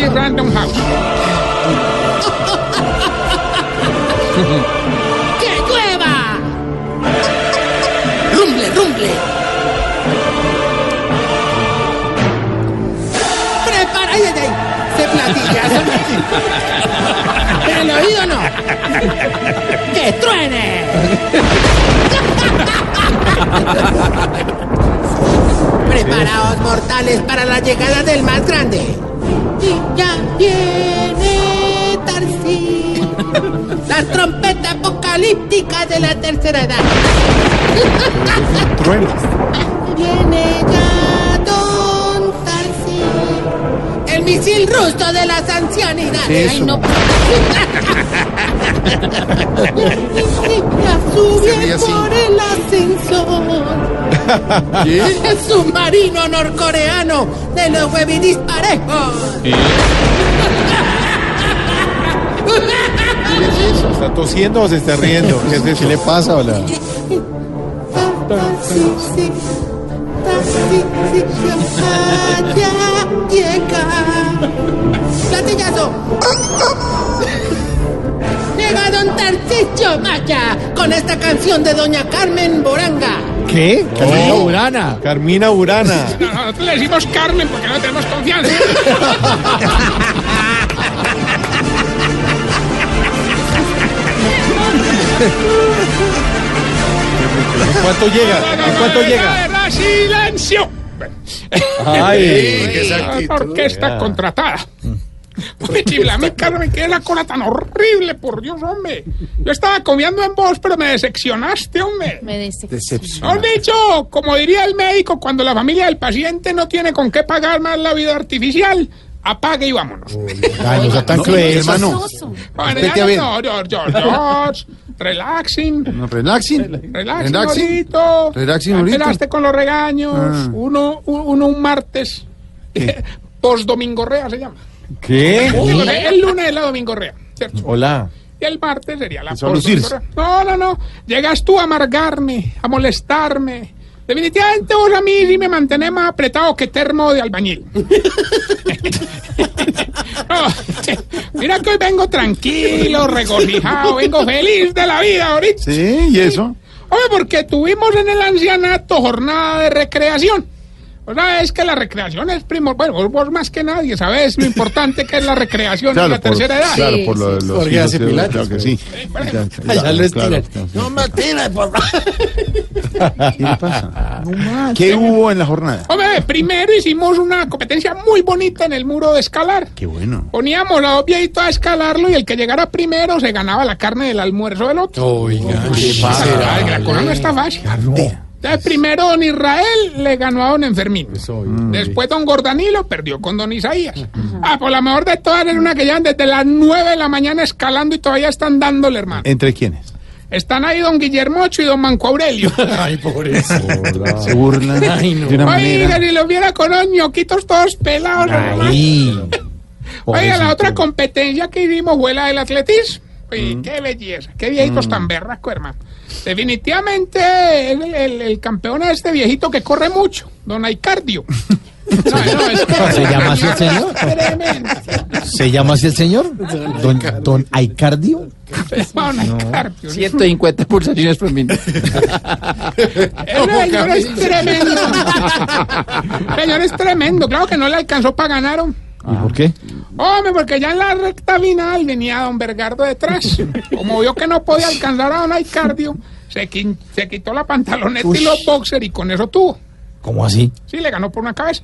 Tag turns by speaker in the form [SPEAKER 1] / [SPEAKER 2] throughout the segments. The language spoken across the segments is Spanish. [SPEAKER 1] Random House.
[SPEAKER 2] ¡Que llueva! ¡Rumble, rumble! ¡Prepara! ¡Ay, ay, ay! Se platilla, son así. En el oído no. ¡Que truene! Preparaos, mortales, para la llegada del más grande. Y ya viene Tarsi. Las trompetas apocalípticas de la tercera edad. Viene ya Don Tarsi. El misil ruso de las ancianidades. Ay, no. Ya
[SPEAKER 3] Sería
[SPEAKER 2] subí
[SPEAKER 3] así.
[SPEAKER 2] por el ascensor. El submarino norcoreano de los huevinis parejos.
[SPEAKER 3] ¿Está tosiendo o se está riendo? ¿Qué, es eso? ¿Qué le pasa? Hola?
[SPEAKER 2] Sí, sí, sí, sí, sí, ya llega. Platillazo. Llega don Tarcicio Maya con esta canción de doña Carmen Boranga.
[SPEAKER 3] ¿Qué? Carmina Burana. Carmina Burana.
[SPEAKER 1] No, Nosotros le decimos Carmen porque no tenemos confianza.
[SPEAKER 3] ¿En cuánto llega?
[SPEAKER 1] No, no,
[SPEAKER 3] ¿En
[SPEAKER 1] no,
[SPEAKER 3] cuánto
[SPEAKER 1] de
[SPEAKER 3] llega?
[SPEAKER 1] verdad, de verdad, ¡Silencio!
[SPEAKER 3] Ay,
[SPEAKER 4] qué
[SPEAKER 1] Una
[SPEAKER 4] exactitud.
[SPEAKER 1] orquesta contratada. Hombre, chifla, a mí, Carmen, que la cola tan horrible, por Dios, hombre. Yo estaba comiendo en vos, pero me decepcionaste, hombre.
[SPEAKER 5] Me dice.
[SPEAKER 1] Mejor dicho, como diría el médico, cuando la familia del paciente no tiene con qué pagar más la vida artificial, apague y vámonos.
[SPEAKER 3] ay, no sea tan cruel, hermano.
[SPEAKER 5] Soso.
[SPEAKER 1] Bueno,
[SPEAKER 3] respete a
[SPEAKER 1] ya,
[SPEAKER 3] ver.
[SPEAKER 1] no, George, George, George, relaxing.
[SPEAKER 3] No, Relaxing.
[SPEAKER 1] Relaxing,
[SPEAKER 3] Relaxing.
[SPEAKER 1] ahorito.
[SPEAKER 3] Relaxing
[SPEAKER 1] Ya
[SPEAKER 3] ahorita.
[SPEAKER 1] Empezaste con los regaños.
[SPEAKER 3] Ah.
[SPEAKER 1] Uno, un- uno un martes. Posdomingorrea se llama.
[SPEAKER 3] ¿Qué?
[SPEAKER 1] Domingorrea, El lunes es la domingorrea, ¿cierto?
[SPEAKER 3] Hola.
[SPEAKER 1] Y el martes sería la
[SPEAKER 3] Eso a lucirse.
[SPEAKER 1] postdoctorado. No, no, no. Llegas tú a amargarme, a molestarme. Definitivamente vos a mí sí me mantenés más apretado que termo de albañil. No, mira que hoy vengo tranquilo, regocijado, vengo feliz de la vida ahorita.
[SPEAKER 3] Sí, ¿y eso?
[SPEAKER 1] Hombre, porque tuvimos en el ancianato jornada de recreación. O sea, es que la recreación es primo. Bueno, vos- vos más que nadie sabes lo importante que es la recreación en la
[SPEAKER 3] por,
[SPEAKER 1] tercera edad.
[SPEAKER 3] claro,
[SPEAKER 5] Sí,
[SPEAKER 3] por lo de los
[SPEAKER 4] Porque
[SPEAKER 3] hijos,
[SPEAKER 4] hace
[SPEAKER 3] claro,
[SPEAKER 4] pilates,
[SPEAKER 3] Claro que
[SPEAKER 4] pero-
[SPEAKER 3] sí.
[SPEAKER 1] bueno.
[SPEAKER 3] pues. Ya,
[SPEAKER 4] Ya lo
[SPEAKER 3] claro,
[SPEAKER 4] estiran.
[SPEAKER 3] claro.
[SPEAKER 4] No me tires, por favor.
[SPEAKER 3] ¿Qué le pasa? ¿Qué hubo en la jornada?
[SPEAKER 1] Hombre, primero hicimos una competencia muy bonita en el muro de escalar.
[SPEAKER 3] Qué bueno.
[SPEAKER 1] Poníamos a dos viejitos a escalarlo y el que llegara primero se ganaba la carne del almuerzo del otro.
[SPEAKER 4] Oiga, qué
[SPEAKER 1] Ay, que la cosa no está fácil. Entonces, primero don Israel le ganó a don Enfermín. Después don Gordanilo perdió con don Isaías. Ah, por la mejor de todas era una que llevan desde las 9 de la mañana escalando y todavía están dándole, hermano.
[SPEAKER 3] ¿Entre quiénes?
[SPEAKER 1] Están ahí don Guillermocho y don Manco Aurelio.
[SPEAKER 4] Ay, pobrecito.
[SPEAKER 3] Se burlan
[SPEAKER 4] Ay, no.
[SPEAKER 3] de una
[SPEAKER 1] Oiga,
[SPEAKER 3] manera.
[SPEAKER 1] si los viera con los ñoquitos todos pelados. hermano.
[SPEAKER 3] Ahí.
[SPEAKER 1] Oiga, la
[SPEAKER 3] Pobrecito.
[SPEAKER 1] otra competencia que hicimos fue la del atletismo.
[SPEAKER 6] Mm.
[SPEAKER 1] Oye, qué belleza, qué viejitos tan berrasco, hermano. Definitivamente el, el- el campeón es este viejito que corre mucho, don Aicardio. No, no, es-
[SPEAKER 6] ¿Se llama así el señor?
[SPEAKER 1] Tremendo.
[SPEAKER 6] ¿Se llama así el señor? Don, don Aicardio.
[SPEAKER 1] Don Aicardio.
[SPEAKER 4] 150 pulsaciones por minuto.
[SPEAKER 1] El señor es tremendo. El señor es tremendo. Claro que no le alcanzó para ganar. hombre.
[SPEAKER 6] ¿Y por qué?
[SPEAKER 1] Hombre, porque ya en la recta final venía don Bergardo detrás. Como vio que no podía alcanzar a don Aicardio, se, quin- se quitó la pantaloneta y los boxers y con eso tuvo.
[SPEAKER 6] ¿Cómo así?
[SPEAKER 1] Sí, le ganó por una cabeza.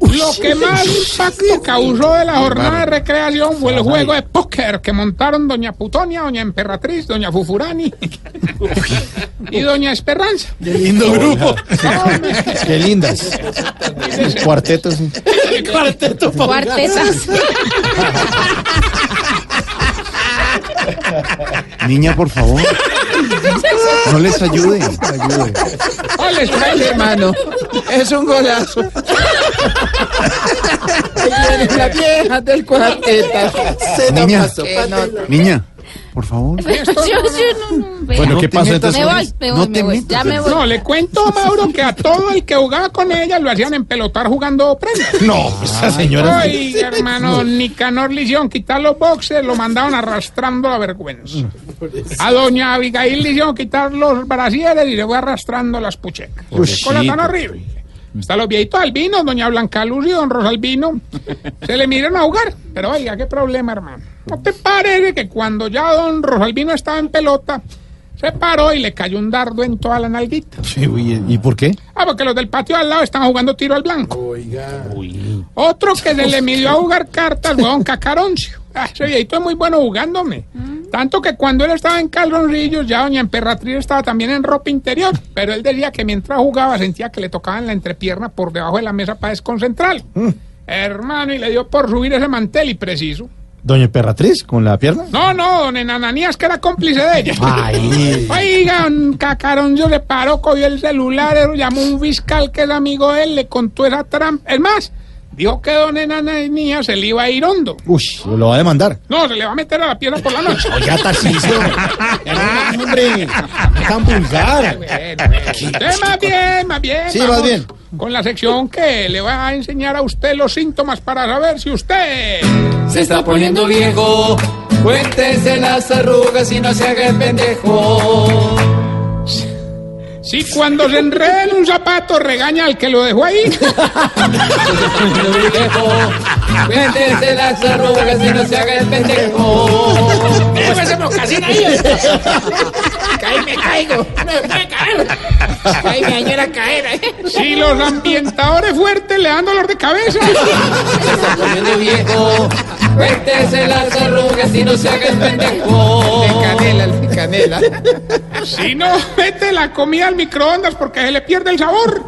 [SPEAKER 1] Lo que más impacto causó de la jornada de recreación fue el juego de póker que montaron doña Putonia, doña Emperatriz, doña Fufurani y doña Esperanza.
[SPEAKER 3] Qué lindo grupo.
[SPEAKER 1] Hombre,
[SPEAKER 6] Qué lindas. Cuartetos. sí.
[SPEAKER 4] Cuarteto
[SPEAKER 5] Cuartetas.
[SPEAKER 3] Niña, por favor. No les ayude. ayude.
[SPEAKER 1] ole,
[SPEAKER 4] Ay,
[SPEAKER 1] España.
[SPEAKER 4] hermano, es un golazo. Ahí viene La vieja del cuarteta. Eh, Se
[SPEAKER 3] Niña.
[SPEAKER 4] pasó.
[SPEAKER 3] Niña, por favor.
[SPEAKER 1] Esto no,
[SPEAKER 5] yo, yo no, no, vea.
[SPEAKER 3] No
[SPEAKER 6] ¿qué
[SPEAKER 3] te
[SPEAKER 6] pasó
[SPEAKER 3] metas
[SPEAKER 5] me
[SPEAKER 3] con
[SPEAKER 5] voy,
[SPEAKER 3] eso.
[SPEAKER 5] me
[SPEAKER 3] No
[SPEAKER 5] voy,
[SPEAKER 3] te
[SPEAKER 5] me voy.
[SPEAKER 3] metas
[SPEAKER 5] Ya me voy.
[SPEAKER 1] No, le cuento a Mauro que a todo el que jugaba con ella lo hacían empelotar jugando prendas.
[SPEAKER 6] No, esa señora.
[SPEAKER 1] Ay, hermano, Nicanor Lición, quitar los boxes, lo mandaron arrastrando la vergüenza. A doña Abigail Lición, quitar los brasieres y le fue arrastrando las puchecas. Qué cosa tan horrible. Hasta los viejitos albinos, doña Blanca Luz y don Rosalbino, se le miran a jugar. Pero oiga, qué problema, hermano. ¿No te parece que cuando ya don Rosalbino estaba en pelota, se paró y le cayó un dardo en toda la nalguita?
[SPEAKER 6] Sí, uy, ¿Y por qué?
[SPEAKER 1] Ah, porque los del patio al lado están jugando tiro al blanco. Otro que se le midió a jugar cartas, huevón, Cacaroncio. Ah, ese viejito es muy bueno jugándome. Tanto que cuando él estaba en Calronrillos, ya doña Emperatriz estaba también en ropa interior. Pero él decía que mientras jugaba sentía que le tocaban la entrepierna por debajo de la mesa para desconcentrarlo. Hermano, y le dio por subir ese mantel y preciso.
[SPEAKER 6] ¿Doña Emperatriz con la pierna?
[SPEAKER 1] No, no, don Enananías, que era cómplice de
[SPEAKER 6] Ah,
[SPEAKER 1] ella.
[SPEAKER 6] Ay.
[SPEAKER 1] Oiga, un cacarón yo le paró, cogió el celular, él llamó a un fiscal que es amigo de él, le contó esa trampa. Es más, dijo que don Enananías se le iba a ir hondo.
[SPEAKER 6] Uy, lo va a demandar.
[SPEAKER 1] No, se le va a meter a la pierna por la noche.
[SPEAKER 6] Oiga, Tarcicio. Ya no, hombre, tan
[SPEAKER 3] Ah,
[SPEAKER 6] vulgar.
[SPEAKER 1] Bueno, bueno. Entonces, más bien, más bien.
[SPEAKER 6] Sí, más
[SPEAKER 1] vamos
[SPEAKER 6] bien.
[SPEAKER 1] Con la sección que le va a enseñar a usted los síntomas para saber si usted...
[SPEAKER 4] Se está poniendo viejo. Cuéntese las arrugas y no se haga el pendejo.
[SPEAKER 1] Si cuando se enreda en un zapato regaña al que lo dejó ahí.
[SPEAKER 4] Poniendo viejo. Cuéntese las arrugas y no se haga el pendejo.
[SPEAKER 1] Si los ambientadores fuertes le dan dolor de cabeza.
[SPEAKER 4] Poniendo viejo. Cuéntese las arrugas y no se haga el pendejo.
[SPEAKER 1] Si no, mete la comida al microondas porque se le pierde el sabor.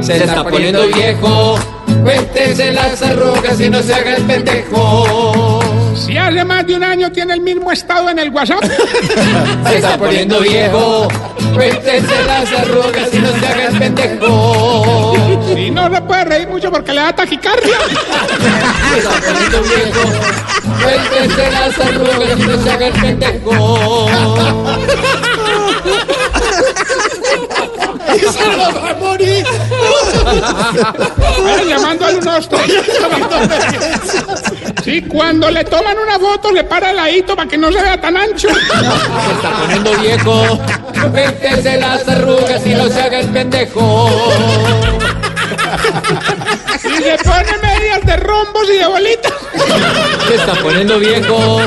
[SPEAKER 4] Se está poniendo viejo. Cuéntese las arrugas y no se haga el pendejo.
[SPEAKER 1] Si hace más de un año tiene el mismo estado en el WhatsApp.
[SPEAKER 4] Se está poniendo viejo. Cuéntese las arrugas y no se haga el pendejo.
[SPEAKER 1] Si no se puede reír mucho porque le da taquicardia.
[SPEAKER 4] Se está poniendo viejo. Cuéntese las arrugas y no se haga el pendejo.
[SPEAKER 1] Vayan llamando al 123. Si cuando le toman una foto le para el ladito para que no se vea tan ancho.
[SPEAKER 4] Se está poniendo viejo. Cuéntese las arrugas y no se haga el pendejo.
[SPEAKER 1] Si le pone medias de rombos y de bolitas.
[SPEAKER 4] Se está poniendo viejo.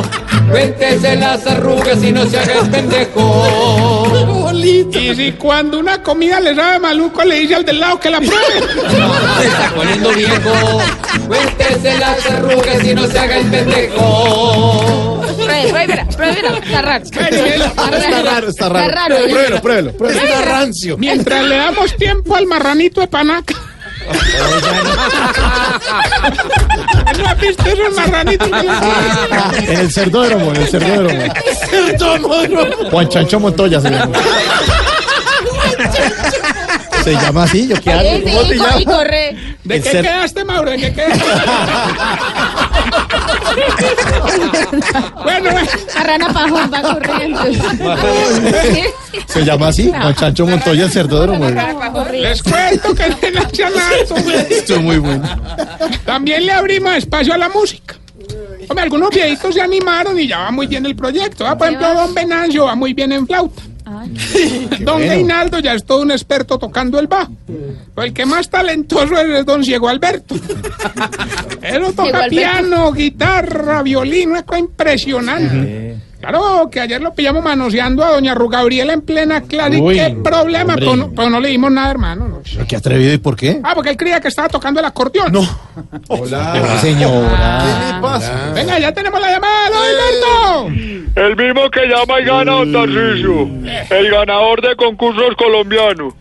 [SPEAKER 4] Cuéntese las arrugas y no se haga el pendejo.
[SPEAKER 1] Y si cuando una comida le sabe maluco le dice al del lado que la pruebe.
[SPEAKER 4] Se está poniendo viejo. Cuéntese las arrugas y no se haga el pendejo.
[SPEAKER 5] Pruébela, pruébela, pruébela. Está raro. Está raro, está raro. ¿eh? Está raro.
[SPEAKER 6] Pruébelo, pruébelo, pruébelo. Está rancio.
[SPEAKER 1] Mientras le damos tiempo al marranito de panaca. ¿No has visto esos marranitos?
[SPEAKER 6] En el cerdódromo, en el cerdódromo. Juan Chancho Montoya se llama. ¿Se llama así? ¿Yo qué hago?
[SPEAKER 5] Sí, sí,
[SPEAKER 6] ¿Cómo te
[SPEAKER 5] y co- y
[SPEAKER 6] llamas?
[SPEAKER 5] corre.
[SPEAKER 1] ¿De
[SPEAKER 6] El
[SPEAKER 1] qué
[SPEAKER 6] cer-
[SPEAKER 1] quedaste, Mauro? ¿De qué quedaste? bueno, bueno.
[SPEAKER 5] Marrana pajón va corriendo. Sí, sí.
[SPEAKER 6] ¿Se llama así? Juan Chancho Montoya, el cerdódromo.
[SPEAKER 5] Marrana pajón corriendo.
[SPEAKER 1] les cuento que en el ancianato, güey,
[SPEAKER 6] Esto es muy bueno.
[SPEAKER 1] también le abrimos espacio a la música. Hombre, algunos viejitos se animaron y ya va muy bien el proyecto. ¿va? Por ejemplo, Don Venancio va muy bien en flauta. Don Reinaldo ya es todo un experto tocando el bajo. Pero el que más talentoso es el don Diego Alberto. Él no toca
[SPEAKER 5] Alberto.
[SPEAKER 1] piano, guitarra, violín, una cosa impresionante. Claro, que ayer lo pillamos manoseando a doña Rugabriela en plena clase.
[SPEAKER 6] Uy,
[SPEAKER 1] ¿Y qué problema?
[SPEAKER 6] hombre.
[SPEAKER 1] Pero no, pero no le dimos nada, hermano. no.
[SPEAKER 6] ¿Pero ¿Qué atrevido y por qué?
[SPEAKER 1] Ah, porque él creía que estaba tocando el acordeón. No.
[SPEAKER 6] Pero, señora.
[SPEAKER 1] Venga, ya tenemos la llamada, don Alberto.
[SPEAKER 7] El mismo que llama y gana Don Tarcisio, el ganador de concursos colombianos.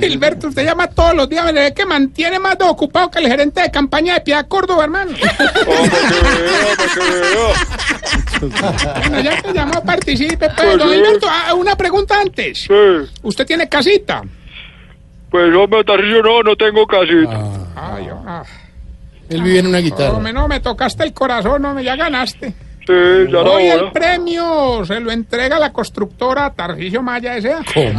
[SPEAKER 1] Gilberto, usted llama todos los días, mire, es que mantiene más de ocupado que el gerente de campaña de Piedad Córdoba, hermano.
[SPEAKER 7] Oh, para que vea, para que vea.
[SPEAKER 1] Bueno, ya te llamó, participe,
[SPEAKER 7] Pues
[SPEAKER 1] pero don
[SPEAKER 7] sí.
[SPEAKER 1] Gilberto, ah, una pregunta antes.
[SPEAKER 7] Sí,
[SPEAKER 1] ¿Usted tiene casita?
[SPEAKER 7] pues hombre, Tarcisio, no, no tengo casita.
[SPEAKER 1] Ay, yo- ah,
[SPEAKER 4] Él vive en una
[SPEAKER 1] hombre, no, me tocaste el corazón, no, me ya ganaste.
[SPEAKER 7] Sí, ya era
[SPEAKER 1] Hoy el
[SPEAKER 7] hora.
[SPEAKER 1] premio se lo entrega la constructora Tarcisio Maya S.A.
[SPEAKER 6] ¿Tiene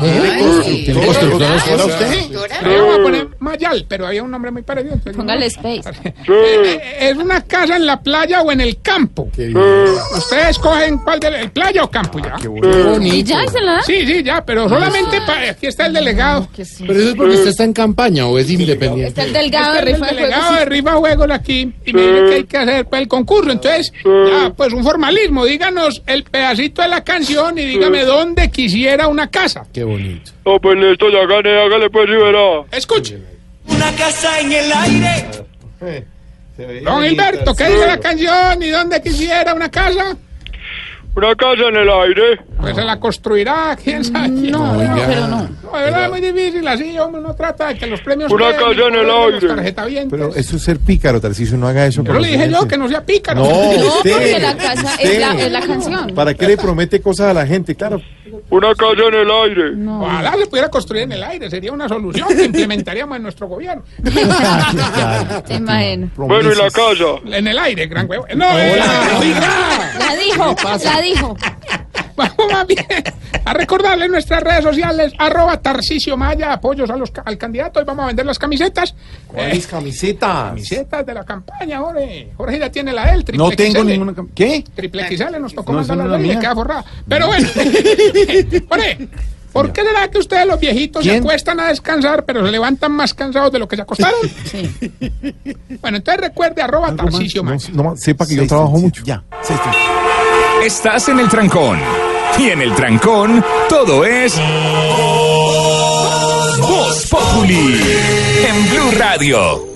[SPEAKER 6] constructores fuera usted?
[SPEAKER 5] Constructora.
[SPEAKER 1] Yo voy a poner Mayal, pero había un nombre muy parecido. entonces yo no-
[SPEAKER 5] Póngale space.
[SPEAKER 1] Eh,
[SPEAKER 7] Sí,
[SPEAKER 1] eh, Es una casa en la playa o en el campo.
[SPEAKER 7] sí.
[SPEAKER 1] Ustedes cogen cuál del el playa o campo ya.
[SPEAKER 5] ¿Y ya se la?
[SPEAKER 1] Sí, sí, ya, pero solamente para. Aquí está el delegado.
[SPEAKER 5] Que sí.
[SPEAKER 4] Pero eso es porque usted está en campaña o es independiente.
[SPEAKER 5] Está el delgado
[SPEAKER 1] Ah,
[SPEAKER 5] de
[SPEAKER 1] El
[SPEAKER 5] rifa de
[SPEAKER 1] delegado de
[SPEAKER 5] juegos.
[SPEAKER 1] Riva Juegos aquí y me dice que hay que hacer pues, el concurso. Entonces, ya, pues un formalismo. Díganos el pedacito de la canción y dígame dónde quisiera una casa.
[SPEAKER 4] Qué bonito.
[SPEAKER 7] No, pues listo, ya gané, hágale pues y verá.
[SPEAKER 1] Escuche.
[SPEAKER 8] Una casa en el aire.
[SPEAKER 1] Don Gilberto, ¿qué dice la canción y dónde quisiera una casa?
[SPEAKER 7] Una casa en el aire.
[SPEAKER 1] Pues se la construirá, quién sabe. quién.
[SPEAKER 5] No, no, pero no.
[SPEAKER 1] No, de verdad es muy difícil, así hombre, uno trata de que los premios...
[SPEAKER 7] Una
[SPEAKER 1] queden,
[SPEAKER 7] casa en el
[SPEAKER 1] los
[SPEAKER 7] aire.
[SPEAKER 1] tarjetavientes.
[SPEAKER 3] Pero eso es ser pícaro, Tarcisio, no haga eso.
[SPEAKER 1] Yo le dije yo que no sea pícaro.
[SPEAKER 3] No.
[SPEAKER 5] No,
[SPEAKER 3] Usted,
[SPEAKER 5] porque la casa es la,
[SPEAKER 3] usted.
[SPEAKER 5] es la canción.
[SPEAKER 3] ¿Para qué le promete cosas a la gente? Claro,
[SPEAKER 7] Una casa en el aire.
[SPEAKER 1] Ojalá se pudiera construir en el aire, sería una solución que implementaríamos en nuestro gobierno.
[SPEAKER 5] Te imagino.
[SPEAKER 7] Bueno, y la casa.
[SPEAKER 1] En el aire, gran huevo. No, oiga, oiga.
[SPEAKER 5] La dijo, la dijo.
[SPEAKER 1] Vamos más bien a recordarles nuestras redes sociales, arroba Tarcisio Maya, apoyos a los, ca- al candidato y vamos a vender las camisetas. Eh,
[SPEAKER 3] camisetas?
[SPEAKER 1] camisetas de la campaña, Jorge. Jorge ya tiene la del
[SPEAKER 3] No
[SPEAKER 1] triple
[SPEAKER 3] tengo
[SPEAKER 1] XL.
[SPEAKER 3] ninguna cam- ¿Qué?
[SPEAKER 1] Triple XL nos tocó
[SPEAKER 3] No,
[SPEAKER 1] mandar
[SPEAKER 3] esa no
[SPEAKER 1] la
[SPEAKER 3] es
[SPEAKER 1] ley
[SPEAKER 3] la
[SPEAKER 1] y le
[SPEAKER 3] mía.
[SPEAKER 1] queda forrada. Pero bueno, Jorge, ¿por qué será que ustedes los viejitos se
[SPEAKER 3] ¿Quién?
[SPEAKER 1] acuestan a descansar, pero se levantan más cansados de lo que se acostaron? Bueno, entonces recuerde arroba Tarcisio Maya.
[SPEAKER 3] No, no, sepa que yo trabajo mucho. Ya.
[SPEAKER 9] Estás en el trancón. Y en el trancón, todo es. Voz Populi. En Blue Radio.